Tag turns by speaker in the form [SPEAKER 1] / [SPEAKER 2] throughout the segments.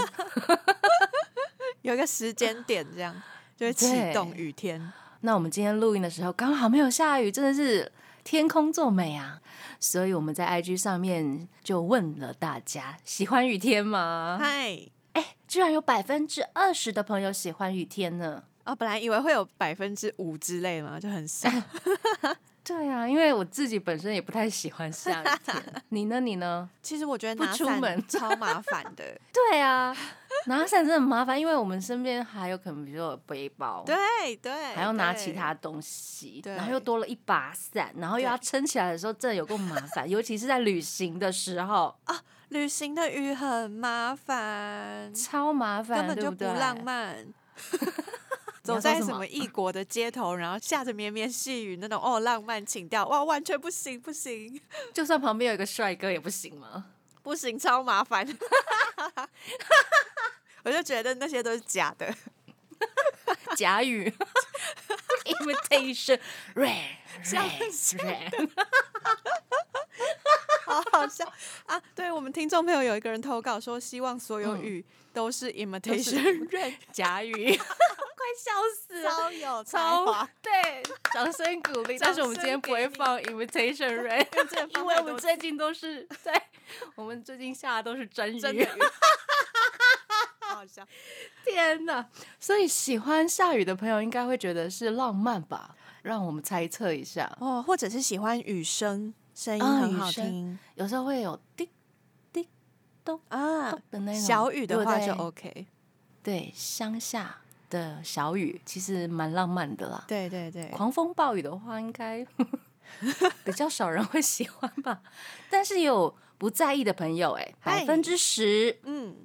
[SPEAKER 1] 有一个时间点这样就会启动雨天。
[SPEAKER 2] 那我们今天录音的时候刚好没有下雨，真的是天空作美啊！所以我们在 IG 上面就问了大家，喜欢雨天吗？
[SPEAKER 1] 嗨，
[SPEAKER 2] 哎，居然有百分之二十的朋友喜欢雨天呢。
[SPEAKER 1] 哦，本来以为会有百分之五之类嘛，就 很少。
[SPEAKER 2] 对啊，因为我自己本身也不太喜欢下雨 天。你呢？你呢？
[SPEAKER 1] 其实我觉得
[SPEAKER 2] 不
[SPEAKER 1] 拿
[SPEAKER 2] 出门
[SPEAKER 1] 伞超麻烦 的，
[SPEAKER 2] 对啊，拿伞真的很麻烦，因为我们身边还有可能，比如说有背包，
[SPEAKER 1] 对对，
[SPEAKER 2] 还要拿
[SPEAKER 1] 哎对
[SPEAKER 2] 其他东西，
[SPEAKER 1] 对
[SPEAKER 2] 然后又多了一把伞，然后又要
[SPEAKER 1] 对
[SPEAKER 2] 撑起来的时候，真的有够麻烦，尤其是在旅行的时候，
[SPEAKER 1] 啊旅行的雨很麻烦，
[SPEAKER 2] 超麻
[SPEAKER 1] 根
[SPEAKER 2] 烦，
[SPEAKER 1] 本
[SPEAKER 2] 对
[SPEAKER 1] 就
[SPEAKER 2] 不
[SPEAKER 1] 不
[SPEAKER 2] 对？
[SPEAKER 1] 浪漫。
[SPEAKER 2] 你要
[SPEAKER 1] 走
[SPEAKER 2] 说
[SPEAKER 1] 在
[SPEAKER 2] 什
[SPEAKER 1] 什
[SPEAKER 2] 么
[SPEAKER 1] 么异国的街头，然后下着绵绵细雨那种，哦，浪漫情调，哇，完全不行不行
[SPEAKER 2] 就算旁边有一个帅哥也不行吗？
[SPEAKER 1] 不行，超麻烦。 我就觉得那些都是假的，
[SPEAKER 2] 假语，imitation rare
[SPEAKER 1] 像
[SPEAKER 2] rare
[SPEAKER 1] 是
[SPEAKER 2] rare，
[SPEAKER 1] 好好笑啊！对我们听众朋友有一个人投稿说，希望所有
[SPEAKER 2] 嗯
[SPEAKER 1] 雨都是 imitation，
[SPEAKER 2] rare 假 语，快笑死了！
[SPEAKER 1] 超有才
[SPEAKER 2] 超
[SPEAKER 1] 华。
[SPEAKER 2] 对，掌声鼓励。但是我们今天不会放 imitation rap，因 为我们最近都是在，我们最近下的都是真
[SPEAKER 1] 真
[SPEAKER 2] 鱼
[SPEAKER 1] 的。 好好笑，
[SPEAKER 2] 天哪！所以喜欢下雨的朋友应该会觉得是浪漫吧？让我们猜测一下，
[SPEAKER 1] 哦，或者是喜欢雨声，声音
[SPEAKER 2] 啊
[SPEAKER 1] 很
[SPEAKER 2] 雨
[SPEAKER 1] 好
[SPEAKER 2] 声
[SPEAKER 1] 听
[SPEAKER 2] 有时候会有滴滴
[SPEAKER 1] 啊
[SPEAKER 2] 咚的那种
[SPEAKER 1] 小雨的话就
[SPEAKER 2] 如果在
[SPEAKER 1] OK。
[SPEAKER 2] 对乡下的小雨，其实蛮浪漫的啦。
[SPEAKER 1] 对对对，
[SPEAKER 2] 狂风暴雨的话，应该 比较少人会喜欢吧。但是有不在意的朋友、欸，哎，百
[SPEAKER 1] 嗨
[SPEAKER 2] 分之十，
[SPEAKER 1] 嗯，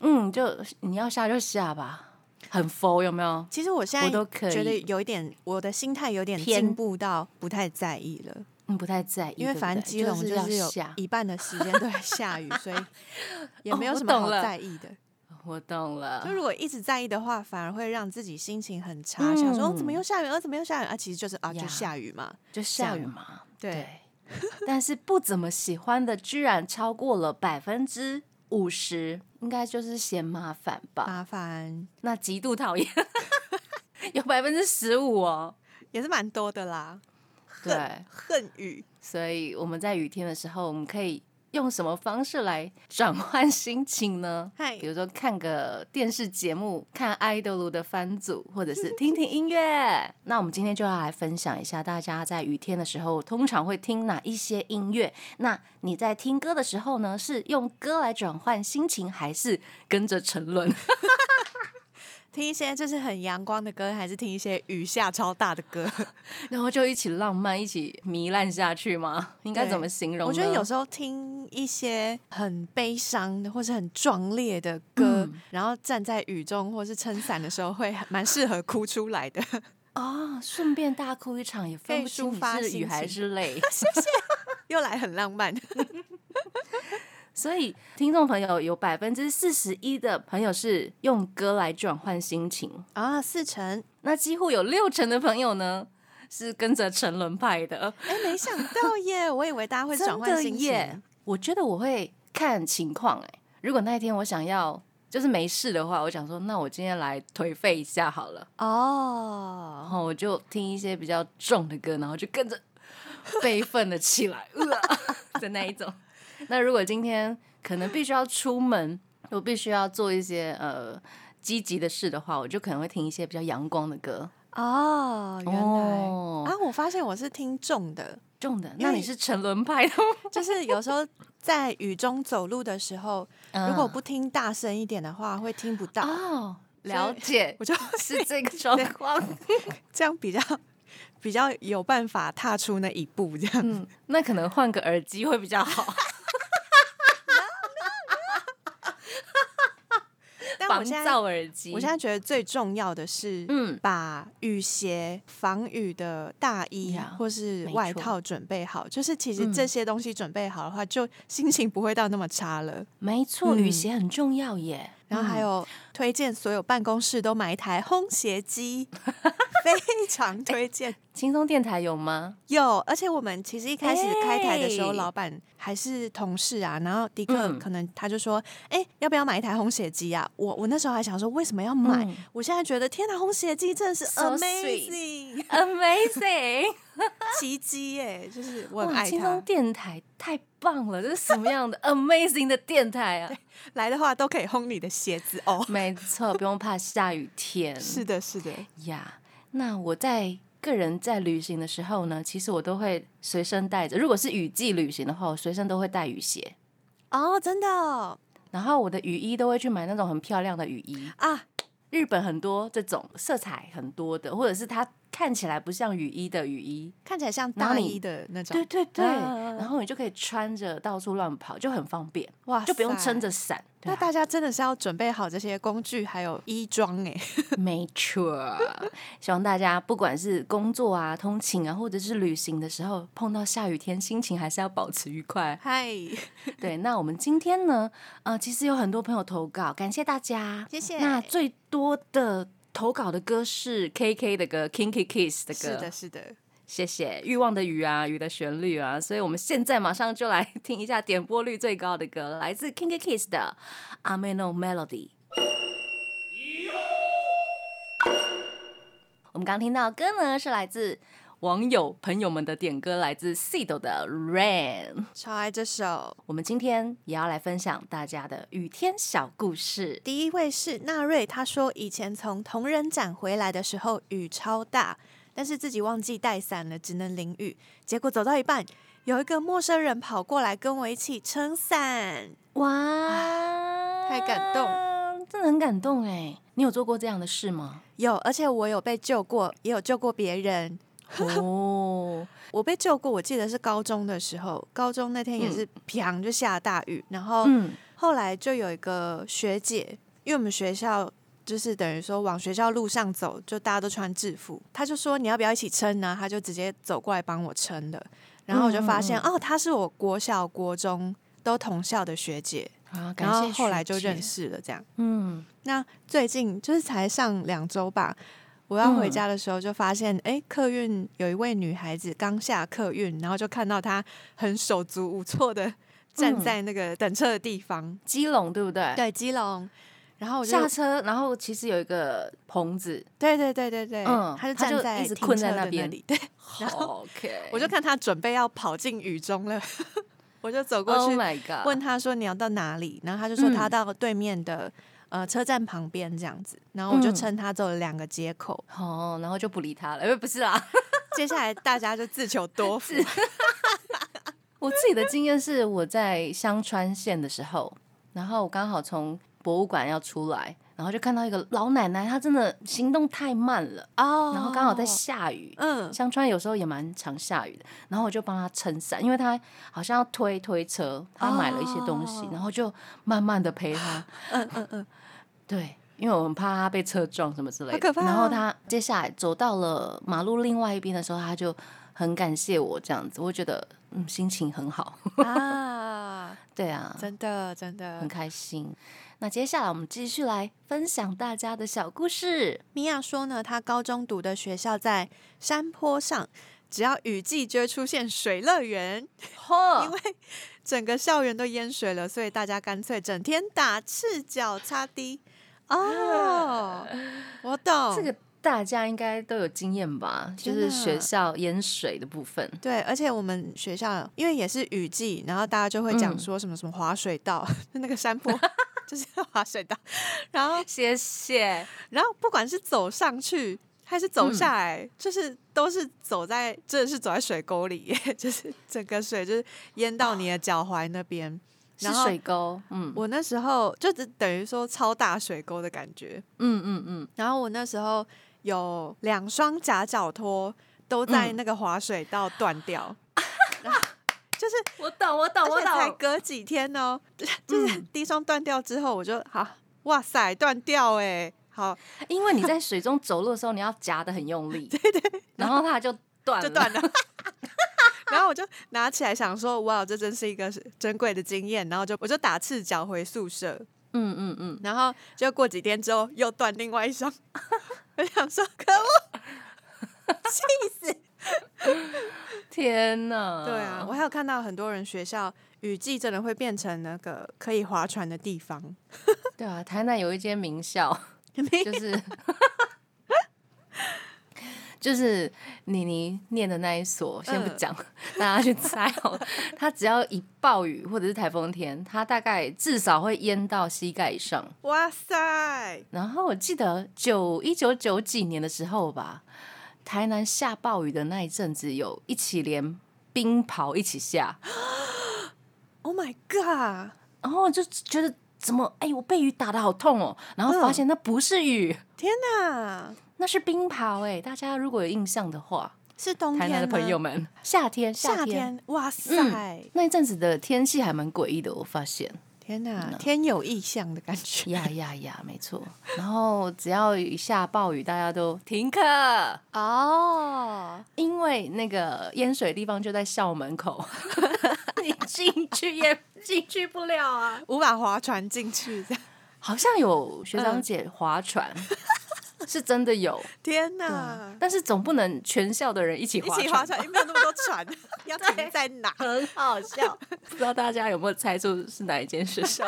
[SPEAKER 2] 嗯，就你要下就下吧，很佛有没有？
[SPEAKER 1] 其实我现
[SPEAKER 2] 我
[SPEAKER 1] 在
[SPEAKER 2] 都可
[SPEAKER 1] 觉得
[SPEAKER 2] 以
[SPEAKER 1] 有一点，我的心态有点
[SPEAKER 2] 偏
[SPEAKER 1] 进步到不太在意了，
[SPEAKER 2] 嗯，不太在意，
[SPEAKER 1] 因为
[SPEAKER 2] 对不
[SPEAKER 1] 反正
[SPEAKER 2] 对
[SPEAKER 1] 基隆
[SPEAKER 2] 就是
[SPEAKER 1] 就
[SPEAKER 2] 要
[SPEAKER 1] 是有
[SPEAKER 2] 下。
[SPEAKER 1] 一半的时间都在下雨，所以也
[SPEAKER 2] 哦
[SPEAKER 1] 没有
[SPEAKER 2] 我
[SPEAKER 1] 什么
[SPEAKER 2] 懂
[SPEAKER 1] 好
[SPEAKER 2] 了
[SPEAKER 1] 在意的。
[SPEAKER 2] 我懂了
[SPEAKER 1] 就，如果一直在意的话，反而会让自己心情很差，想说、哦、怎么又下雨，哦怎么又下雨啊？其实就是啊，
[SPEAKER 2] 嗯呀
[SPEAKER 1] 就下雨嘛。
[SPEAKER 2] 就下雨嘛。
[SPEAKER 1] 对，
[SPEAKER 2] 但是不怎么喜欢的，居然超过了百分之五十，应该就是嫌麻烦吧？
[SPEAKER 1] 麻烦
[SPEAKER 2] 那极度讨厌， 有百分之十五哦。
[SPEAKER 1] 也是蛮多的啦。
[SPEAKER 2] 对，
[SPEAKER 1] 恨雨，
[SPEAKER 2] 所以我们在雨天的时候，我们可以用什么方式来转换心情呢？
[SPEAKER 1] 嗨
[SPEAKER 2] 比如说看个电视节目，看爱豆卢的番组，或者是听听音 乐。那我们今天就要来分享一下，大家在雨天的时候通常会听哪一些音乐？那你在听歌的时候呢，是用歌来转换心情，还是跟着沉沦？
[SPEAKER 1] 听一些就是很阳光的歌，还是听一些雨下超大的歌？
[SPEAKER 2] 然后就一起浪漫，一起糜烂下去吗？ 应该
[SPEAKER 1] 对
[SPEAKER 2] 怎么形容呢？
[SPEAKER 1] 我觉得有时候听一些很悲伤的或是很壮烈的歌，
[SPEAKER 2] 嗯
[SPEAKER 1] 然后站在雨中或是撑伞的时候，会蛮适合哭出来的。
[SPEAKER 2] 哦，顺便大哭一场，也分
[SPEAKER 1] 以
[SPEAKER 2] 不
[SPEAKER 1] 抒
[SPEAKER 2] 出你
[SPEAKER 1] 发
[SPEAKER 2] 是雨
[SPEAKER 1] 心
[SPEAKER 2] 还
[SPEAKER 1] 情
[SPEAKER 2] 是泪。
[SPEAKER 1] 又来很 浪漫，
[SPEAKER 2] 所以，听众朋友有百分之四十一的朋友是用歌来转换心情，
[SPEAKER 1] 啊，四成，
[SPEAKER 2] 那几乎有六成的朋友呢是跟着沉沦派的，
[SPEAKER 1] 哎、没想到耶，我以为大家会转
[SPEAKER 2] 真
[SPEAKER 1] 换
[SPEAKER 2] 的
[SPEAKER 1] 心
[SPEAKER 2] 耶
[SPEAKER 1] 情。！
[SPEAKER 2] 我觉得我会看情况哎、如果那一天我想要就是没事的话，我想说，那我今天来颓废一下好了，然
[SPEAKER 1] 哦，
[SPEAKER 2] 后我就听一些比较重的歌，然后就跟着悲愤了起来， 呃的那一种。那如果今天可能必须要出门，我必须要做一些呃积极的事的话，我就可能会听一些比较阳光的歌。
[SPEAKER 1] 哦，原来、
[SPEAKER 2] 哦
[SPEAKER 1] 啊，我发现我是听众的，
[SPEAKER 2] 重的，
[SPEAKER 1] 因
[SPEAKER 2] 那
[SPEAKER 1] 为
[SPEAKER 2] 你是沉沦派的
[SPEAKER 1] 就是有时候在雨中走路的时候，
[SPEAKER 2] 吗？
[SPEAKER 1] 如果不听大声一点的话，会听不到。
[SPEAKER 2] 哦，了解
[SPEAKER 1] 我，就是
[SPEAKER 2] 这个状况。
[SPEAKER 1] 这样比较比较有办法踏出那一步，这样。
[SPEAKER 2] 嗯，那可能换个耳机会比较好。
[SPEAKER 1] 但我
[SPEAKER 2] 防
[SPEAKER 1] 现在
[SPEAKER 2] 噪耳机，
[SPEAKER 1] 我现在觉得最重要的是，
[SPEAKER 2] 嗯
[SPEAKER 1] 把雨鞋、防雨的大衣
[SPEAKER 2] Yeah，
[SPEAKER 1] 或是
[SPEAKER 2] 没
[SPEAKER 1] 外
[SPEAKER 2] 错
[SPEAKER 1] 套准备好。就是其实
[SPEAKER 2] 嗯
[SPEAKER 1] 这些东西准备好的话，就心情不会到那么差了。
[SPEAKER 2] 没错，雨
[SPEAKER 1] 嗯
[SPEAKER 2] 鞋很重要耶。
[SPEAKER 1] 然后还
[SPEAKER 2] 嗯
[SPEAKER 1] 有推荐所有办公室都买一台烘 鞋机，非常推荐。
[SPEAKER 2] 轻松电台有吗？
[SPEAKER 1] 有，而且我们其实一开始开台的时候，
[SPEAKER 2] 哎
[SPEAKER 1] 老板还是同事啊，然后迪克
[SPEAKER 2] 嗯
[SPEAKER 1] 可能他就说：“哎、要不要买一台烘鞋机啊？”我我那时候还想说为什么要买，
[SPEAKER 2] 嗯
[SPEAKER 1] 我现在觉得天哪，烘鞋机真的是
[SPEAKER 2] So
[SPEAKER 1] amazing
[SPEAKER 2] Amazing！
[SPEAKER 1] 奇迹耶！就是 我很
[SPEAKER 2] 哇，
[SPEAKER 1] 爱
[SPEAKER 2] 轻松
[SPEAKER 1] 它，
[SPEAKER 2] 电台太棒了，这是什么样的 amazing 的电台啊？
[SPEAKER 1] 来的话都可以烘你的鞋子哦。
[SPEAKER 2] 没错，不用怕下雨天。
[SPEAKER 1] 是的，是的，
[SPEAKER 2] 呀那我在个人在旅行的时候呢，其实我都会随身带着。如果是雨季旅行的话，我随身都会带雨鞋，
[SPEAKER 1] 哦，真的哦、
[SPEAKER 2] 然后我的雨衣都会去买那种很漂亮的雨衣。
[SPEAKER 1] 啊，
[SPEAKER 2] 日本很多这种色彩很多的，或者是它看起来不像雨衣的雨衣。
[SPEAKER 1] 看起来像
[SPEAKER 2] 然后
[SPEAKER 1] 大
[SPEAKER 2] 你
[SPEAKER 1] 衣的那
[SPEAKER 2] 对
[SPEAKER 1] 种，
[SPEAKER 2] 对对，
[SPEAKER 1] 嗯
[SPEAKER 2] 然后你就可以穿着到处乱跑，就很方便，
[SPEAKER 1] 哇
[SPEAKER 2] 就不用
[SPEAKER 1] 塞
[SPEAKER 2] 撑着伞。对
[SPEAKER 1] 那
[SPEAKER 2] 啊
[SPEAKER 1] 大家真的是要准备好这些工具还有衣装哎，
[SPEAKER 2] 没 错，希望大家不管是工作啊、通勤啊，或者是旅行的时候，碰到下雨天，心情还是要保持愉 快。
[SPEAKER 1] 嗨，
[SPEAKER 2] 对，那我们今天呢，呃，其实有很多朋友投稿，感谢大家。
[SPEAKER 1] 谢谢
[SPEAKER 2] 那最多的投稿的歌是 K K 的歌《Kinky Kiss》的歌，
[SPEAKER 1] 是的，是的。
[SPEAKER 2] 谢谢《欲望的雨》啊，《雨的旋律》啊，所以我们现在马上就来 听一下点播率最高的歌，来自 Kinky Kiss 的《阿妹 No Melody》。我们刚听到的歌呢，是来自网友朋友们的点歌，来自 Seed 的《Rain》。
[SPEAKER 1] 超爱这首。
[SPEAKER 2] 我们今天也要来分享大家的雨天小故事。
[SPEAKER 1] 第一位是纳瑞，他说以前从同人展回来的时候雨超大，但是自己忘记带伞了，只能淋雨。结果走到一半，有一个陌生人跑过来跟我一起撑伞。
[SPEAKER 2] 哇，
[SPEAKER 1] 太感
[SPEAKER 2] 动，真的很感动哎！你有做过这样的事 吗？
[SPEAKER 1] 有，而且我有被救过，也有救过别人。
[SPEAKER 2] 哦，
[SPEAKER 1] 我被救过，我记得是高中的时候，高中那天也是砰就下大雨，然后
[SPEAKER 2] 嗯，
[SPEAKER 1] 后来就有一个学姐，因为我们学校就是等于说往学校路上走，就大家都穿制服，她就说你要不要一起撑呢、她就直接走过来帮我撑的，然后我就发
[SPEAKER 2] 嗯
[SPEAKER 1] 现、哦，她是我国小、国中都同校的学姐，
[SPEAKER 2] 啊，感
[SPEAKER 1] 然后
[SPEAKER 2] 谢
[SPEAKER 1] 后
[SPEAKER 2] 学
[SPEAKER 1] 来就
[SPEAKER 2] 姐
[SPEAKER 1] 认，识了这样。
[SPEAKER 2] 嗯，
[SPEAKER 1] 那最近就是才上两周吧。我要回
[SPEAKER 2] 嗯
[SPEAKER 1] 家的时候，就发现，哎、客运有一位女孩子刚下客运，然后就看到她很手足无措的站
[SPEAKER 2] 嗯
[SPEAKER 1] 在那个等车的地方，
[SPEAKER 2] 基隆对不对？，
[SPEAKER 1] 对，基隆。然后我就
[SPEAKER 2] 下车，然后其实有一个棚子
[SPEAKER 1] 对对对对对，
[SPEAKER 2] 嗯
[SPEAKER 1] 他就
[SPEAKER 2] 他
[SPEAKER 1] 站
[SPEAKER 2] 就
[SPEAKER 1] 在
[SPEAKER 2] 一直
[SPEAKER 1] 停
[SPEAKER 2] 困
[SPEAKER 1] 车
[SPEAKER 2] 在那
[SPEAKER 1] 的
[SPEAKER 2] 边
[SPEAKER 1] 里，对，然后
[SPEAKER 2] ，OK，
[SPEAKER 1] 我就看他准备要跑进雨中了， 我就走过
[SPEAKER 2] Oh
[SPEAKER 1] 去
[SPEAKER 2] my God，
[SPEAKER 1] 问他说你要到哪里，然后他就说他
[SPEAKER 2] 嗯
[SPEAKER 1] 到对面的、呃车站旁边这样子，然后我就
[SPEAKER 2] 嗯
[SPEAKER 1] 趁他走了两个街口，
[SPEAKER 2] 哦，然后就不理他了，呃，不是啦，
[SPEAKER 1] 接下来大家就自求多福，
[SPEAKER 2] 我自己的经验是我在香川县的时候，然后我刚好从博物馆要出来，然后就看到一个老奶奶，她真的行动太慢了，
[SPEAKER 1] 哦
[SPEAKER 2] 然后刚好在下雨，
[SPEAKER 1] 嗯
[SPEAKER 2] 香川有时候也蛮常下雨的，然后我就帮他撑伞，因为他好像要推推车，他买了一些东西，
[SPEAKER 1] 哦
[SPEAKER 2] 然后就慢慢的陪他，
[SPEAKER 1] 嗯嗯嗯，
[SPEAKER 2] 对，因为我很怕他被车撞什么之类的。
[SPEAKER 1] 好可怕啊
[SPEAKER 2] 然后他接下来走到了马路另外一边的时候，他就很感谢我这样子，我觉得嗯心情很好，
[SPEAKER 1] 啊，
[SPEAKER 2] 对啊，嗯
[SPEAKER 1] 真的真
[SPEAKER 2] 很
[SPEAKER 1] 的，
[SPEAKER 2] 开心。那接下来我们继续来分享大家的小故 事。
[SPEAKER 1] 米娅说呢，她高中读的学校在山坡上，只要雨季就会出现水乐园。
[SPEAKER 2] 嚯
[SPEAKER 1] 因为整个校园都淹水了，所以大家干脆整天打赤脚擦地。哦，我懂
[SPEAKER 2] 啊这个大家应该都有经验吧？就
[SPEAKER 1] 天
[SPEAKER 2] 是
[SPEAKER 1] 哪
[SPEAKER 2] 学校淹水的部分。
[SPEAKER 1] 对，而且我们学校因为也是雨季，然后大家就会讲说什么什么滑水道， 那 个山坡就是滑水道，然后
[SPEAKER 2] 谢谢。
[SPEAKER 1] 然后不管是走上去还是走下来，就是都是走在 真的是走在水沟里耶，就是整个水就是淹到你的脚踝那边。
[SPEAKER 2] 是
[SPEAKER 1] 然后
[SPEAKER 2] 水沟，嗯
[SPEAKER 1] 我那时候就只等于说超大水沟的感觉。
[SPEAKER 2] 嗯嗯嗯，
[SPEAKER 1] 然后我那时候有两双夹脚拖都在
[SPEAKER 2] 嗯
[SPEAKER 1] 那个滑水道断掉， 然后就是
[SPEAKER 2] 我懂啊我嗯懂
[SPEAKER 1] 而且才隔几天哦，就是第一双断掉之后，我就好，哇塞，断掉哎、 好
[SPEAKER 2] 因为你在水中走路的时候，你要夹的很用 力，对对，然后它就断
[SPEAKER 1] 就
[SPEAKER 2] 了
[SPEAKER 1] 断了。然后我就拿起来想说，哇，这真是一个珍贵的经验。然后就我就打赤脚回宿舍，
[SPEAKER 2] 嗯嗯嗯，
[SPEAKER 1] 然后就过几天之后又断另外一双， 我想说可恶，
[SPEAKER 2] 天哪！
[SPEAKER 1] 对啊，我还有看到很多人学校雨季真的会变成那个可以划船的地方，
[SPEAKER 2] 对啊，台南有一间名校，就是就是妮妮念的那一所，先不
[SPEAKER 1] 嗯
[SPEAKER 2] 讲，大家去猜哦。它只要一暴雨或者是台风天，它大概至少会淹到膝盖以上。
[SPEAKER 1] 哇塞，
[SPEAKER 2] 然后我记得九一九九几年的时候吧，台南下暴雨的那一阵子，有一起连冰雹一起下，
[SPEAKER 1] Oh my god！
[SPEAKER 2] 然后就觉得怎么哎、我被雨打的好痛哦，然后发现那不是雨，
[SPEAKER 1] 天哪，
[SPEAKER 2] 那是冰雹哎、大家如果有印象的话，
[SPEAKER 1] 是冬
[SPEAKER 2] 台
[SPEAKER 1] 天
[SPEAKER 2] 南的
[SPEAKER 1] 吗
[SPEAKER 2] 朋友们，夏天
[SPEAKER 1] 夏
[SPEAKER 2] 天嗯
[SPEAKER 1] 天，哇塞，
[SPEAKER 2] 那一阵子的天气还蛮诡异的，我发现。
[SPEAKER 1] 天哪，天有异象的感
[SPEAKER 2] 嗯
[SPEAKER 1] 觉
[SPEAKER 2] 呀呀呀，没错。然后只要一下暴雨，大家都停课，
[SPEAKER 1] 哦。
[SPEAKER 2] 因为那个淹水的地方就在校门口， 你进去也进去不了啊。
[SPEAKER 1] 无法划船进去的，
[SPEAKER 2] 好像有学长姐划船， 是真的有，
[SPEAKER 1] 天
[SPEAKER 2] 对
[SPEAKER 1] 哪
[SPEAKER 2] 啊！但是总不能全校的人一起
[SPEAKER 1] 一
[SPEAKER 2] 划船
[SPEAKER 1] 起划船，因为没有那么多船， 要停在哪？
[SPEAKER 2] 很好笑。不知道大家有没有猜出是哪一间学校？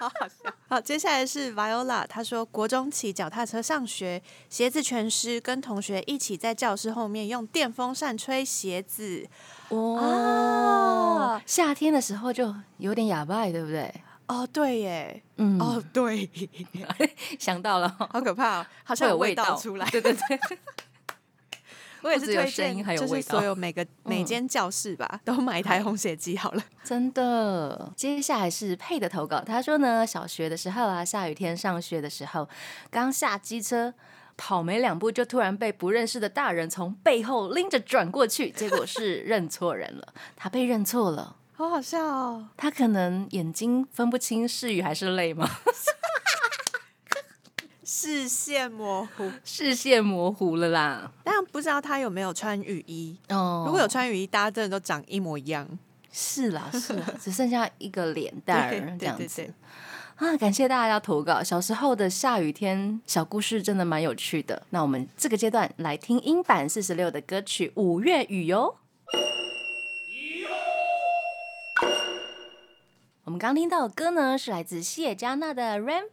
[SPEAKER 1] 好好笑。好，接下来是 Viola，她说国中骑脚踏车上学，鞋子全湿，跟同学一起在教室后面用电风扇吹鞋子。
[SPEAKER 2] 哦
[SPEAKER 1] 啊，
[SPEAKER 2] 夏天的时候就有点哑巴，对不对？
[SPEAKER 1] 哦，对耶，
[SPEAKER 2] 嗯，
[SPEAKER 1] 哦，对，
[SPEAKER 2] 想到了哦，
[SPEAKER 1] 好可怕、哦，好
[SPEAKER 2] 会
[SPEAKER 1] 像
[SPEAKER 2] 有
[SPEAKER 1] 有
[SPEAKER 2] 味
[SPEAKER 1] 道
[SPEAKER 2] 道
[SPEAKER 1] 出 来。
[SPEAKER 2] 对对对，
[SPEAKER 1] 我也是
[SPEAKER 2] 不只有
[SPEAKER 1] 推
[SPEAKER 2] 声
[SPEAKER 1] 荐
[SPEAKER 2] 音还，有
[SPEAKER 1] 就是
[SPEAKER 2] 味道
[SPEAKER 1] 所有嗯每个每间教室吧，都买一台烘鞋机好了。
[SPEAKER 2] 真的。接下来是佩的投稿，他说呢，小学的时候啊，下雨天上学的时候，刚下机车。跑没两步，就突然被不认识的大人从背后拎着转过去，结果是认错人了。他被认错了，
[SPEAKER 1] 好好笑哦！
[SPEAKER 2] 他可能眼睛分不清是雨还是泪吗？
[SPEAKER 1] 视线模糊，
[SPEAKER 2] 视线模糊了啦。
[SPEAKER 1] 但不知道他有没有穿雨衣。
[SPEAKER 2] 哦
[SPEAKER 1] 如果有穿雨衣，大家真的都长一模一样。
[SPEAKER 2] 是啦，是啦，只剩下一个 脸蛋
[SPEAKER 1] 对
[SPEAKER 2] 儿
[SPEAKER 1] 对
[SPEAKER 2] 这样
[SPEAKER 1] 对
[SPEAKER 2] 子
[SPEAKER 1] 对
[SPEAKER 2] 啊！感谢大家投稿，小时候的下雨天小故事真的蛮有趣的。那我们这个阶段来听英版四十六的歌曲《五月雨》哟。我们刚听到的歌呢，是来自谢佳娜的《Rainbow》。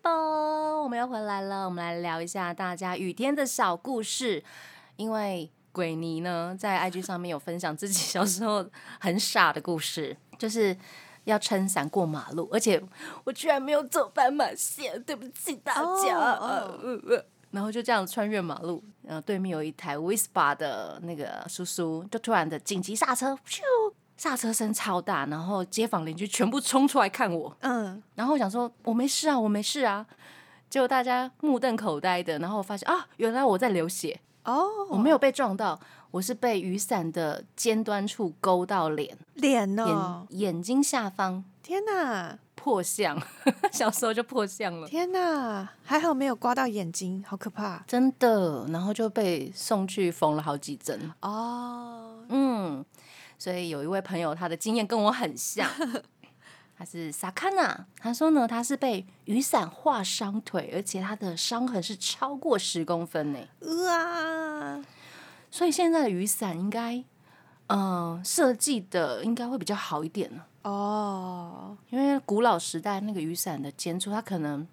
[SPEAKER 2] 我们要回来了，我们来聊一下大家雨天的小故事。因为鬼尼呢在 IG 上面有分享自己小时候很傻的故事，就是要撑伞过马路，而且我居然没有走斑马线，对不起大家。
[SPEAKER 1] 哦哦
[SPEAKER 2] 呃呃呃然后就这样穿越马路，然后对面有一台 Vespa 的那个叔叔，就突然的紧急刹车，咻，刹车声超大，然后街坊邻居全部冲出来看我，
[SPEAKER 1] 嗯，
[SPEAKER 2] 然后我想说我没事啊，我没事啊。结果大家目瞪口呆的，然后我发现啊，原来我在流血，
[SPEAKER 1] 哦，
[SPEAKER 2] 我没有被撞到，我是被雨伞的尖端处勾到脸，
[SPEAKER 1] 脸
[SPEAKER 2] 眼、
[SPEAKER 1] 哦，
[SPEAKER 2] 眼睛下方
[SPEAKER 1] 天哪，
[SPEAKER 2] 破相， 小时候就破相了，
[SPEAKER 1] 天哪，还好没有刮到眼睛，好可怕
[SPEAKER 2] 真的。然后就被送去缝了好几针，
[SPEAKER 1] 哦。
[SPEAKER 2] 嗯，所以有一位朋友，他的经验跟我很像，他是萨卡纳，他说呢，他是被雨伞划伤腿，而且他的伤痕是超过十公分呢。
[SPEAKER 1] 哇，
[SPEAKER 2] 所以现在的雨伞应该，呃，设计的应该会比较好一点呢，
[SPEAKER 1] 哦，
[SPEAKER 2] 因为古老时代那个雨伞的尖处，它可能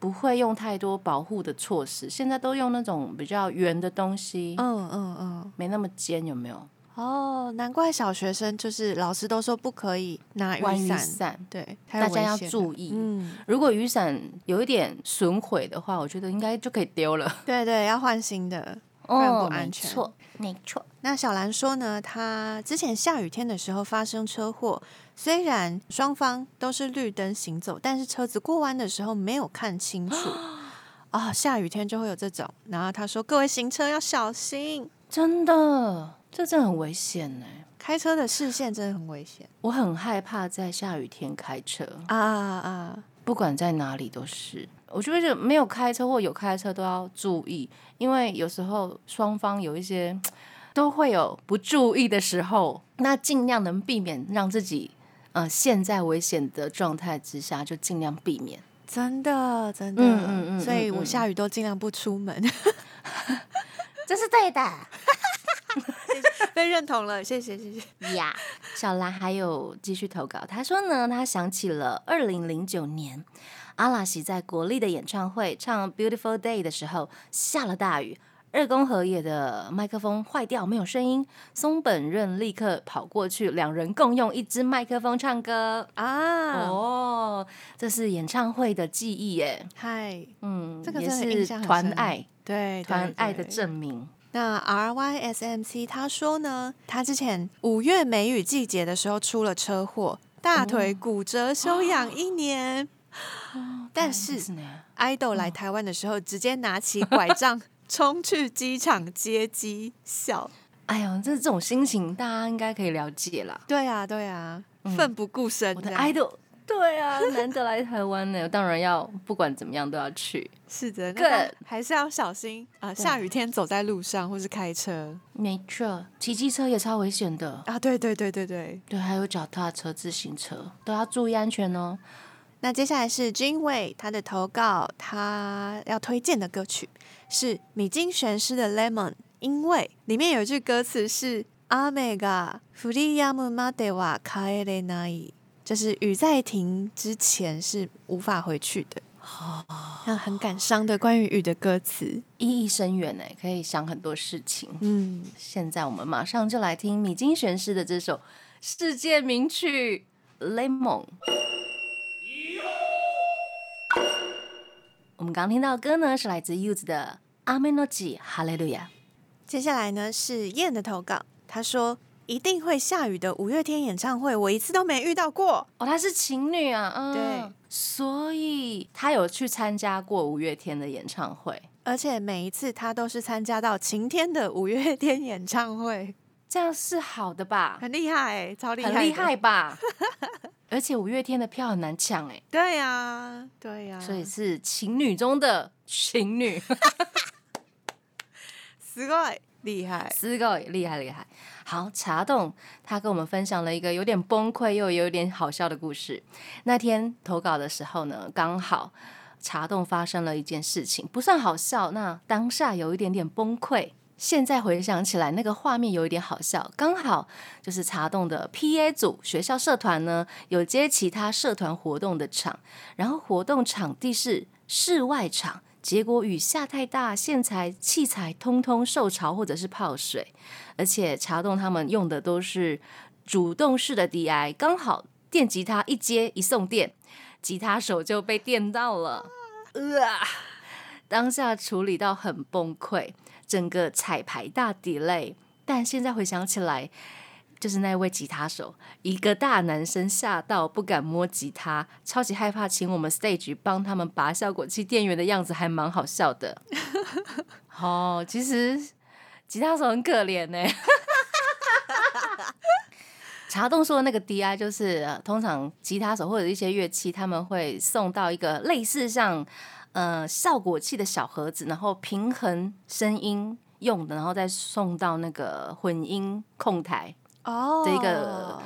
[SPEAKER 2] 不会用太多保护的措施，现在都用那种比较圆的东西，
[SPEAKER 1] 嗯嗯嗯，
[SPEAKER 2] 没那么尖，有没有？
[SPEAKER 1] 哦，难怪小学生就是老师都说不可以拿
[SPEAKER 2] 玩
[SPEAKER 1] 雨
[SPEAKER 2] 雨
[SPEAKER 1] 伞，
[SPEAKER 2] 伞，
[SPEAKER 1] 对，太
[SPEAKER 2] 大家
[SPEAKER 1] 危
[SPEAKER 2] 要
[SPEAKER 1] 险了
[SPEAKER 2] 注意。
[SPEAKER 1] 嗯，
[SPEAKER 2] 如果雨伞有一点损毁的话，我觉得应该就可以丢了。
[SPEAKER 1] 对对，要换新的。 不然不
[SPEAKER 2] 哦
[SPEAKER 1] 安
[SPEAKER 2] 没
[SPEAKER 1] 全。
[SPEAKER 2] 错，没错，
[SPEAKER 1] 那小兰说呢，她之前下雨天的时候发生车祸，虽然双方都是绿灯行走，但是车子过弯的时候没有看清 楚。啊、下雨天就会有这种。然后她说，各位行车要小心，
[SPEAKER 2] 真的，这真的很危险呢。
[SPEAKER 1] 开车的视线真的很危险
[SPEAKER 2] 我很害怕在下雨天开车，
[SPEAKER 1] 啊啊！
[SPEAKER 2] 不管在哪里都是。我觉得没有开车或有开车都要注意，因为有时候双方有一些都会有不注意的时候，那尽量能避免让自己呃陷在危险的状态之下，就尽量避免。
[SPEAKER 1] 真的，真的，
[SPEAKER 2] 嗯嗯嗯
[SPEAKER 1] 所以
[SPEAKER 2] 嗯
[SPEAKER 1] 我
[SPEAKER 2] 嗯
[SPEAKER 1] 下雨都尽量不出门，
[SPEAKER 2] 这是对的
[SPEAKER 1] 被认同了，谢谢，谢谢。
[SPEAKER 2] 呀。小兰还有继续投稿，她说呢，她想起了二零零九年阿拉西在国立的演唱会唱《Beautiful Day》的时候，下了大雨，二宫和也的麦克风坏掉，没有声音，松本润立刻跑过去，两人共用一支麦克风唱歌。
[SPEAKER 1] 啊，
[SPEAKER 2] 哦，这是演唱会的记忆耶，
[SPEAKER 1] 嗨，
[SPEAKER 2] 嗯，
[SPEAKER 1] 这个
[SPEAKER 2] 也
[SPEAKER 1] 真的印
[SPEAKER 2] 是
[SPEAKER 1] 象很
[SPEAKER 2] 团
[SPEAKER 1] 深
[SPEAKER 2] 爱，
[SPEAKER 1] 对，对
[SPEAKER 2] 团爱的
[SPEAKER 1] 对
[SPEAKER 2] 证明。
[SPEAKER 1] 那 R Y S M C 他说呢，他之前五月梅雨季节的时候出了车祸，大腿骨折，休养一年。但是
[SPEAKER 2] 呢，
[SPEAKER 1] idol 来台湾的时候，直接拿起拐 杖冲去机场接机，笑。
[SPEAKER 2] 哎呦，这这种心情大家应该可以了解啦。
[SPEAKER 1] 对啊，对啊，奋不顾身
[SPEAKER 2] 我
[SPEAKER 1] 这
[SPEAKER 2] 的
[SPEAKER 1] 样。
[SPEAKER 2] idol。对啊， 难得来台湾呢，当然要不管怎么样都要去，
[SPEAKER 1] 是的，
[SPEAKER 2] Good
[SPEAKER 1] 那还是要小心啊、呃下雨天走在路上或是开车
[SPEAKER 2] 没错。骑机车也超危险的，
[SPEAKER 1] 啊，对对对对对。
[SPEAKER 2] 对，还有脚踏车、自行车都要注意安全哦。
[SPEAKER 1] 那接下来是君伟他的投稿，他要推荐的歌曲是米津玄师的《Lemon》，因为里面有一句歌词是“阿美が降り止むまでは帰れない”，就是雨在停之前是无法回去的。那很感伤的关于雨的歌词，
[SPEAKER 2] 意义深远呢，可以想很多事情。
[SPEAKER 1] 嗯，
[SPEAKER 2] 现在我们马上就来听米津玄师的这首世界名曲《Lemon》。我们刚听到的歌呢，是来自 Youth 的《阿妹诺吉哈利路亚》。
[SPEAKER 1] 接下来呢是燕的投稿，他说一定会下雨的五月天演唱会，我一次都没遇到过。
[SPEAKER 2] 哦，她是情侣啊，嗯，
[SPEAKER 1] 对，
[SPEAKER 2] 所以她有去参加过五月天的演唱会，
[SPEAKER 1] 而且每一次他都是参加到晴天的五月天演唱会，
[SPEAKER 2] 这样是好的吧？
[SPEAKER 1] 很厉害、欸，超厉害，
[SPEAKER 2] 很厉害， 吧？而且五月天的票很难抢哎、
[SPEAKER 1] 对呀、对啊呀、
[SPEAKER 2] 所以是情侣中的情侣，
[SPEAKER 1] すごい厉害，
[SPEAKER 2] 四个厉害厉害。好，茶洞他跟我们分享了一个有点崩溃又有点好笑的故事。那天投稿的时候呢，刚好茶洞发生了一件事情，不算好笑，那当下有一点点崩溃。现在回想起来，那个画面有一点好笑。刚好就是茶洞的 PA 组学校社团呢，有接其他社团活动的场，然后活动场地是室外场，结果雨下太大，线材、器材通通受潮或者是泡水，而且茶洞他们用的都是主动式的 DI，刚好电吉他一接一送电，吉他手就被电到了，呃啊，当下处理到很崩溃，整个彩排大 delay，但现在回想起来。就是那位吉他手，一个大男生吓到不敢摸吉他，超级害怕，请我们 stage 帮他们拔效果器电源的样子还蛮好笑的。 哦，其实吉他手很可怜呢、茶洞说的那个 DI 就是、呃通常吉他手或者一些乐器，他们会送到一个类似像呃效果器的小盒子，然后平衡声音用的，然后再送到那个混音控台。
[SPEAKER 1] 哦
[SPEAKER 2] 这个，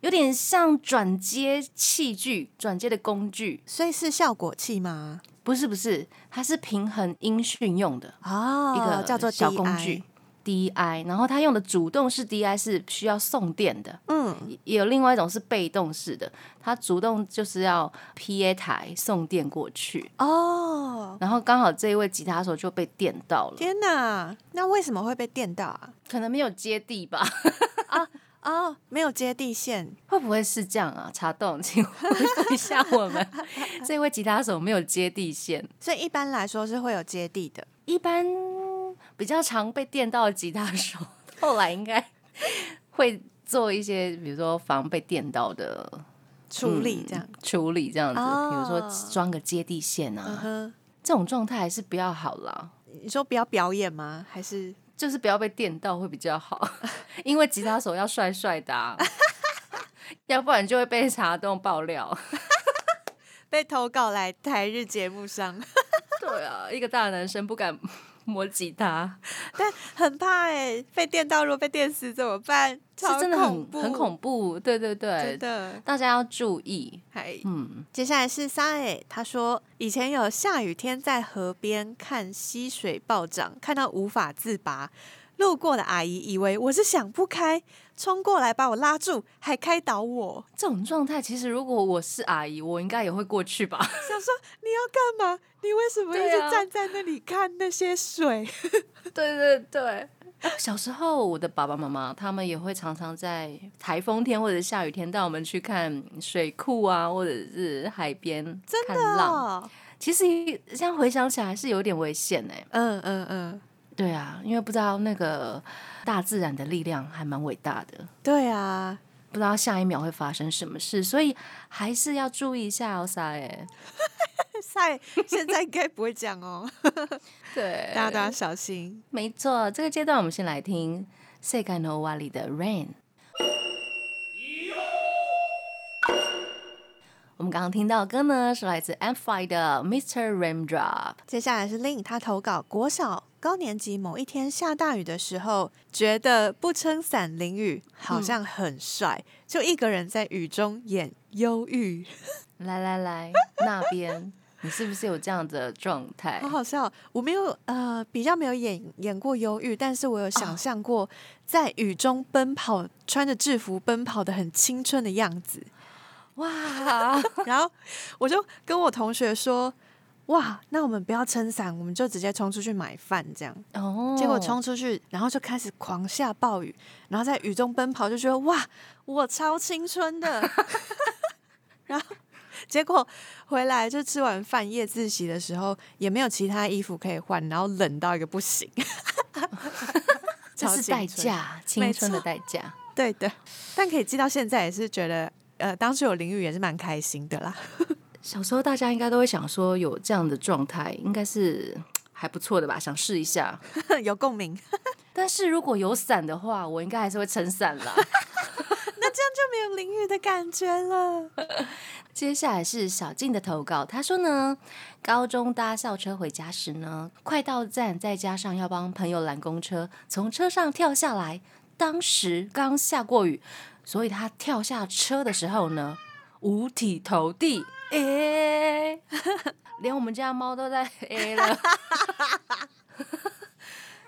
[SPEAKER 2] 有点像转接器具、转接的工具，
[SPEAKER 1] 所以是效果器吗？
[SPEAKER 2] 不是不是，它是平衡音讯用的
[SPEAKER 1] 哦，
[SPEAKER 2] 一个
[SPEAKER 1] 叫做
[SPEAKER 2] 小
[SPEAKER 1] DI
[SPEAKER 2] 工具，DI。然后它用的主动式 DI 是需要送电的，
[SPEAKER 1] 嗯，
[SPEAKER 2] 也有另外一种是被动式的，它主动就是要 PA 台送电过去。
[SPEAKER 1] 哦，
[SPEAKER 2] 然后刚好这一位吉他手就被电到了，
[SPEAKER 1] 天哪，那为什么会被电到啊？
[SPEAKER 2] 可能没有接地吧？
[SPEAKER 1] 哦，没有接地线，
[SPEAKER 2] 会不会是这样啊？茶洞，请回复一下我们， 这位吉他手没有接地线。
[SPEAKER 1] 所以一般来说是会有接地的。
[SPEAKER 2] 一般比较常被电到的吉他手，后来应该会做一些，比如说防被电到的
[SPEAKER 1] 处理这样。
[SPEAKER 2] 嗯处理这样子，比如说
[SPEAKER 1] 哦
[SPEAKER 2] 装个接地线啊，
[SPEAKER 1] 嗯哼，
[SPEAKER 2] 这种状态还是比较好啦。
[SPEAKER 1] 你说不要表演吗？还是
[SPEAKER 2] 就是不要被电到会比较好， 因为吉他手要帅帅的、 啊，要不然就会被查洞爆料。
[SPEAKER 1] 被投稿来台日节目上？
[SPEAKER 2] 对啊，一个大男生不敢摸吉他，
[SPEAKER 1] 但很怕哎、被电到，如果被电死怎么办？
[SPEAKER 2] 是
[SPEAKER 1] 超
[SPEAKER 2] 真的
[SPEAKER 1] 恐
[SPEAKER 2] 很
[SPEAKER 1] 怖，
[SPEAKER 2] 很恐怖。对对对
[SPEAKER 1] 真，的。
[SPEAKER 2] 大家要注意。
[SPEAKER 1] 还
[SPEAKER 2] 嗯，
[SPEAKER 1] 接下来是三 A，他说以前有下雨天在河边看溪水暴涨，看到无法自拔，路过的阿姨以为我是想不开，冲过来把我拉住，还开导我，
[SPEAKER 2] 这种状态其实如果我是阿姨，我应该也会过去 吧。
[SPEAKER 1] 想说你要干嘛？你为什么一
[SPEAKER 2] 对
[SPEAKER 1] 直
[SPEAKER 2] 啊
[SPEAKER 1] 站在那里看那些水？
[SPEAKER 2] 对对对。哎小时候，我的爸爸妈妈他们也会常常在台风天或者下雨天带我们去看水库啊，或者是海边看浪。
[SPEAKER 1] 哦
[SPEAKER 2] 其实这样回想起来是有点危险哎、
[SPEAKER 1] 嗯嗯嗯，
[SPEAKER 2] 对啊，因为不知道那个大自然的力量还蛮伟大的，
[SPEAKER 1] 对啊，
[SPEAKER 2] 不知道下一秒会发生什么事，所以还是要注意一下哦，塞哎。
[SPEAKER 1] 赛现在应该不会讲哦，
[SPEAKER 2] 对哎
[SPEAKER 1] 大家都要小心。
[SPEAKER 2] 没错，这个阶段我们先来听《世界の終わり》的《Rain》。我们刚刚听到的歌呢，是来自 Amplify 的《Mr. Raindrop》。
[SPEAKER 1] 接下来是令他投稿国小高年级某一天下大雨的时候，觉得不撑伞淋雨好像很帅，就一个人在雨中演忧郁，
[SPEAKER 2] 来来来，那边你是不是有这样的状态
[SPEAKER 1] 好？ 好笑。我没有呃比较没有演演过忧郁，但是我有想象过在雨中奔跑，穿着制服奔跑的很青春的样子。
[SPEAKER 2] 哇，
[SPEAKER 1] 然后我就跟我同学说：“哇，那我们不要撑伞，我们就直接冲出去买饭这样。”
[SPEAKER 2] 哦，
[SPEAKER 1] 结果冲出去，然后就开始狂下暴雨，然后在雨中奔跑，就觉得哇，我超青春的。 然后结果回来就吃完饭夜自习的时候，也没有其他衣服可以换，然后冷到一个不行。
[SPEAKER 2] 这
[SPEAKER 1] 超
[SPEAKER 2] 是
[SPEAKER 1] 青
[SPEAKER 2] 代
[SPEAKER 1] 春，
[SPEAKER 2] 价，青
[SPEAKER 1] 没
[SPEAKER 2] 春的
[SPEAKER 1] 错
[SPEAKER 2] 代价。
[SPEAKER 1] 对的。但可以记到现在，也是觉得呃，当时有淋雨也是蛮开心的啦。
[SPEAKER 2] 小时候大家应该都会想说，有这样的状态应该是还不错的吧，想试一下。
[SPEAKER 1] 有共鸣，
[SPEAKER 2] 但是如果有伞的话，我应该还是会撑伞啦。
[SPEAKER 1] 那这样就没有淋雨的感觉了。
[SPEAKER 2] 接下来是小静的投稿，她说呢，高中搭校车回家时呢，快到站，再加上要帮朋友拦公车，从车上跳下来，当时刚下过雨，所以她跳下车的时候呢，五体投地，诶、 连我们家猫都在诶、了，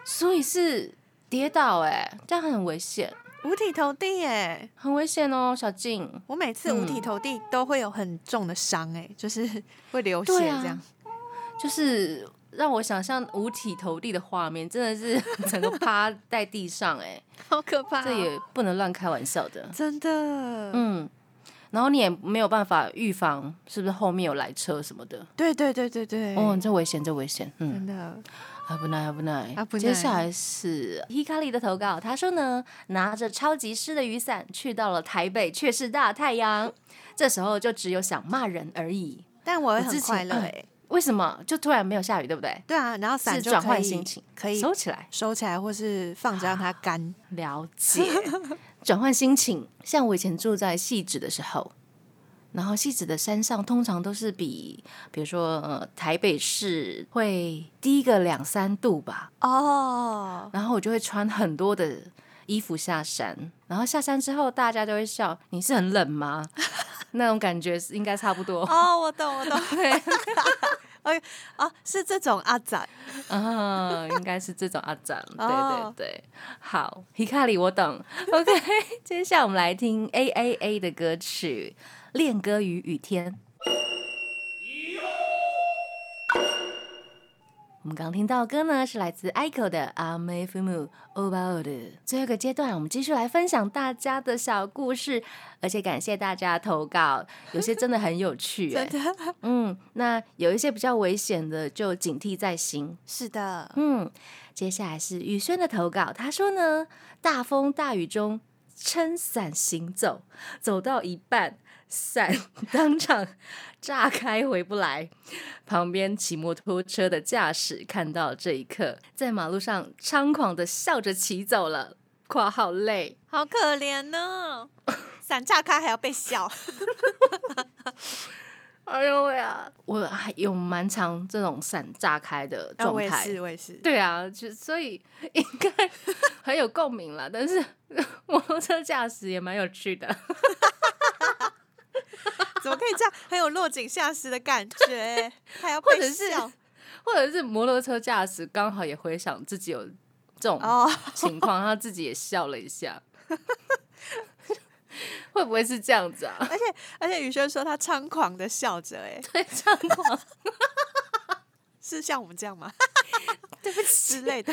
[SPEAKER 2] 所以是跌倒、诶，这样很危险，
[SPEAKER 1] 五体投地耶！
[SPEAKER 2] 很危险哦，小静。
[SPEAKER 1] 我每
[SPEAKER 2] 嗯
[SPEAKER 1] 次五体投地都会有很重的伤，哎， 就是会流血
[SPEAKER 2] 对
[SPEAKER 1] 这
[SPEAKER 2] 啊
[SPEAKER 1] 样。
[SPEAKER 2] 就是让我想象五体投地的画面，真的是 整个趴在地上、
[SPEAKER 1] 好可怕、
[SPEAKER 2] 哎，这也不能乱开玩笑的。
[SPEAKER 1] 真的，
[SPEAKER 2] 嗯，然后你也没有办法预防，是不是后面有来车什么的？
[SPEAKER 1] 对对对对对，
[SPEAKER 2] 哦，这危险，这危险，嗯。
[SPEAKER 1] 真的，
[SPEAKER 2] 啊不奈啊不奈
[SPEAKER 1] 危ない
[SPEAKER 2] 接下来是 Hikari 的投稿，他说呢，拿着超级湿的雨伞去到了台北，却是大太阳。这时候就只有想骂人而已。
[SPEAKER 1] 但我会
[SPEAKER 2] 我之
[SPEAKER 1] 很
[SPEAKER 2] 前
[SPEAKER 1] 快乐
[SPEAKER 2] 嗯
[SPEAKER 1] 哎、
[SPEAKER 2] 为什么就突然没有下雨，对不对？
[SPEAKER 1] 对啊，然后伞
[SPEAKER 2] 是
[SPEAKER 1] 就
[SPEAKER 2] 转
[SPEAKER 1] 可
[SPEAKER 2] 换
[SPEAKER 1] 以
[SPEAKER 2] 心情，
[SPEAKER 1] 可以
[SPEAKER 2] 收起来。
[SPEAKER 1] 收起来或是放着 让它干。
[SPEAKER 2] 了解， 转换心情。像我以前住在汐止的时候，然后汐止的山上通常都是比，比如说呃台北市会低个两三度吧，
[SPEAKER 1] 哦，
[SPEAKER 2] 然后我就会穿很多的衣服下山，然后下山之后大家就会笑你是很冷吗？ 那种感觉是应该差不多。
[SPEAKER 1] 哦，我懂，我懂，
[SPEAKER 2] 对，
[SPEAKER 1] 哎，哦，是这种阿仔，
[SPEAKER 2] 啊，应该是这种阿展，对
[SPEAKER 1] 哦
[SPEAKER 2] 对对，好，Hikari 我懂，OK，接 下来我们来听 A A A 的歌曲《恋歌与雨天》。我们刚刚听到的歌呢，是来自 Aiko 的《阿妹父母 o b a o 最后一个阶段，我们继续来分享大家的小故事，而且感谢大家的投稿，有些真的很有 趣、欸，
[SPEAKER 1] 真的
[SPEAKER 2] 嗯，那有一些比较危险的，就警惕在心。
[SPEAKER 1] 是的，
[SPEAKER 2] 嗯，接下来是宇轩的投稿，他说呢，大风大雨中撑伞行走，走到一半，伞 当场炸开回不来。旁边骑摩托车的驾驶看到这一刻，在马路上猖狂的笑着骑走了。括号累，
[SPEAKER 1] 好可怜呢、伞炸开还要 被笑，
[SPEAKER 2] 哎呦喂啊！我还有蛮常这种伞炸开的
[SPEAKER 1] 啊
[SPEAKER 2] 状
[SPEAKER 1] 我也
[SPEAKER 2] 态，
[SPEAKER 1] 是，我也是，
[SPEAKER 2] 对啊，就所以应该很有共鸣啦。但是摩托车驾驶也蛮有趣的，
[SPEAKER 1] 怎么可以这样？很有落井下石的感 觉，还要被
[SPEAKER 2] 或者是
[SPEAKER 1] 笑
[SPEAKER 2] 或者是摩托车驾驶刚好也回想自己有这种
[SPEAKER 1] 哦，
[SPEAKER 2] 情况，他自己也笑了一下， 会不会是这样子啊？
[SPEAKER 1] 而且而且宇轩说他猖狂的笑着、哎，
[SPEAKER 2] 对，这样狂，
[SPEAKER 1] 是像我们这样 吗？
[SPEAKER 2] 对不
[SPEAKER 1] 之
[SPEAKER 2] 起，
[SPEAKER 1] 类的，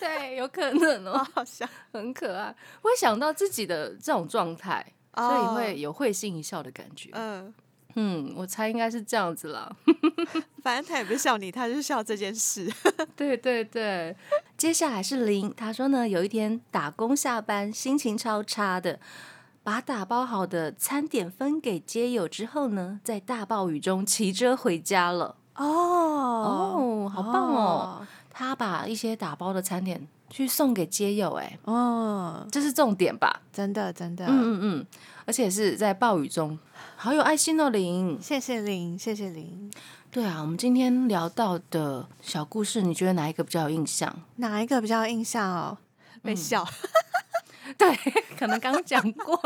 [SPEAKER 2] 对，有可能
[SPEAKER 1] 好
[SPEAKER 2] 哦，
[SPEAKER 1] 好笑。
[SPEAKER 2] 很可爱，会想到自己的这种状态，所以
[SPEAKER 1] 哦
[SPEAKER 2] 会有会心一笑的感觉。
[SPEAKER 1] 嗯，
[SPEAKER 2] 嗯，我猜应该是这样子啦。
[SPEAKER 1] 反正他也不是笑你，他就是笑这件事。
[SPEAKER 2] 对对对，接下来是林，他说呢，有一天打工下班，心情超差的，把打包好的餐点分给街友之后呢，在大暴雨中骑车回家了。
[SPEAKER 1] 哦
[SPEAKER 2] 哦，好棒哦！他把一些打包的餐点去送给街友、哎，
[SPEAKER 1] 哦，
[SPEAKER 2] 这是重点吧？
[SPEAKER 1] 真的真的，
[SPEAKER 2] 嗯嗯嗯，而且是在暴雨中，好有爱心哦，林。
[SPEAKER 1] 谢谢林，谢谢林。
[SPEAKER 2] 对啊，我们今天聊到的小故事，你觉得哪一个比较有印象？
[SPEAKER 1] 哪一个比较有印象哦？
[SPEAKER 2] 嗯
[SPEAKER 1] 被笑，
[SPEAKER 2] 对，可能刚讲过，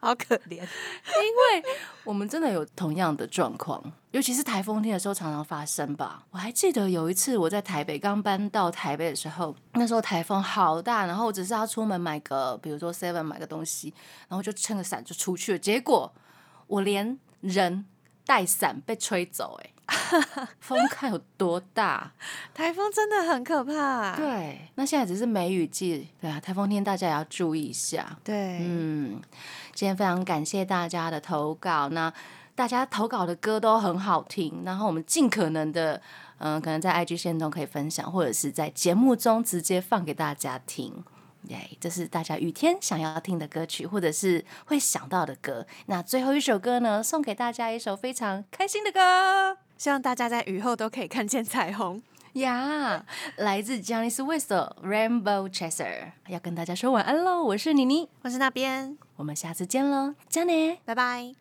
[SPEAKER 1] 好可怜。
[SPEAKER 2] 因为我们真的有同样的状况，尤其是台风天的时候常常发生吧。我还记得有一次我在台北刚搬到台北的时候，那时候台风好大，然后我只是要出门买个，比如说 Seven 买个东西，然后就撑个伞就出去了，结果我连人带伞被吹走、哎， 风看有多大？
[SPEAKER 1] 台风真的很可怕。
[SPEAKER 2] 对，那现在只是梅雨季，对啊，台风天大家也要注意一下。
[SPEAKER 1] 对，
[SPEAKER 2] 嗯，今天非常感谢大家的投稿。那大家投稿的歌都很好听，然后我们尽可能的，嗯、可能在 IG 线中可以分享，或者是在节目中直接放给大家听。耶、这是大家雨天想要听的歌曲，或者是会想到的歌。那最后一首歌呢，送给大家一首非常开心的歌。
[SPEAKER 1] 希望大家在雨后都可以看见彩虹。
[SPEAKER 2] 呀来自 Johnny Swiss 的《Rainbow Chaser》，要跟大家说晚安喽！我是妮妮，
[SPEAKER 1] 我是那边，
[SPEAKER 2] 我们下次见喽，加呢！
[SPEAKER 1] 拜拜。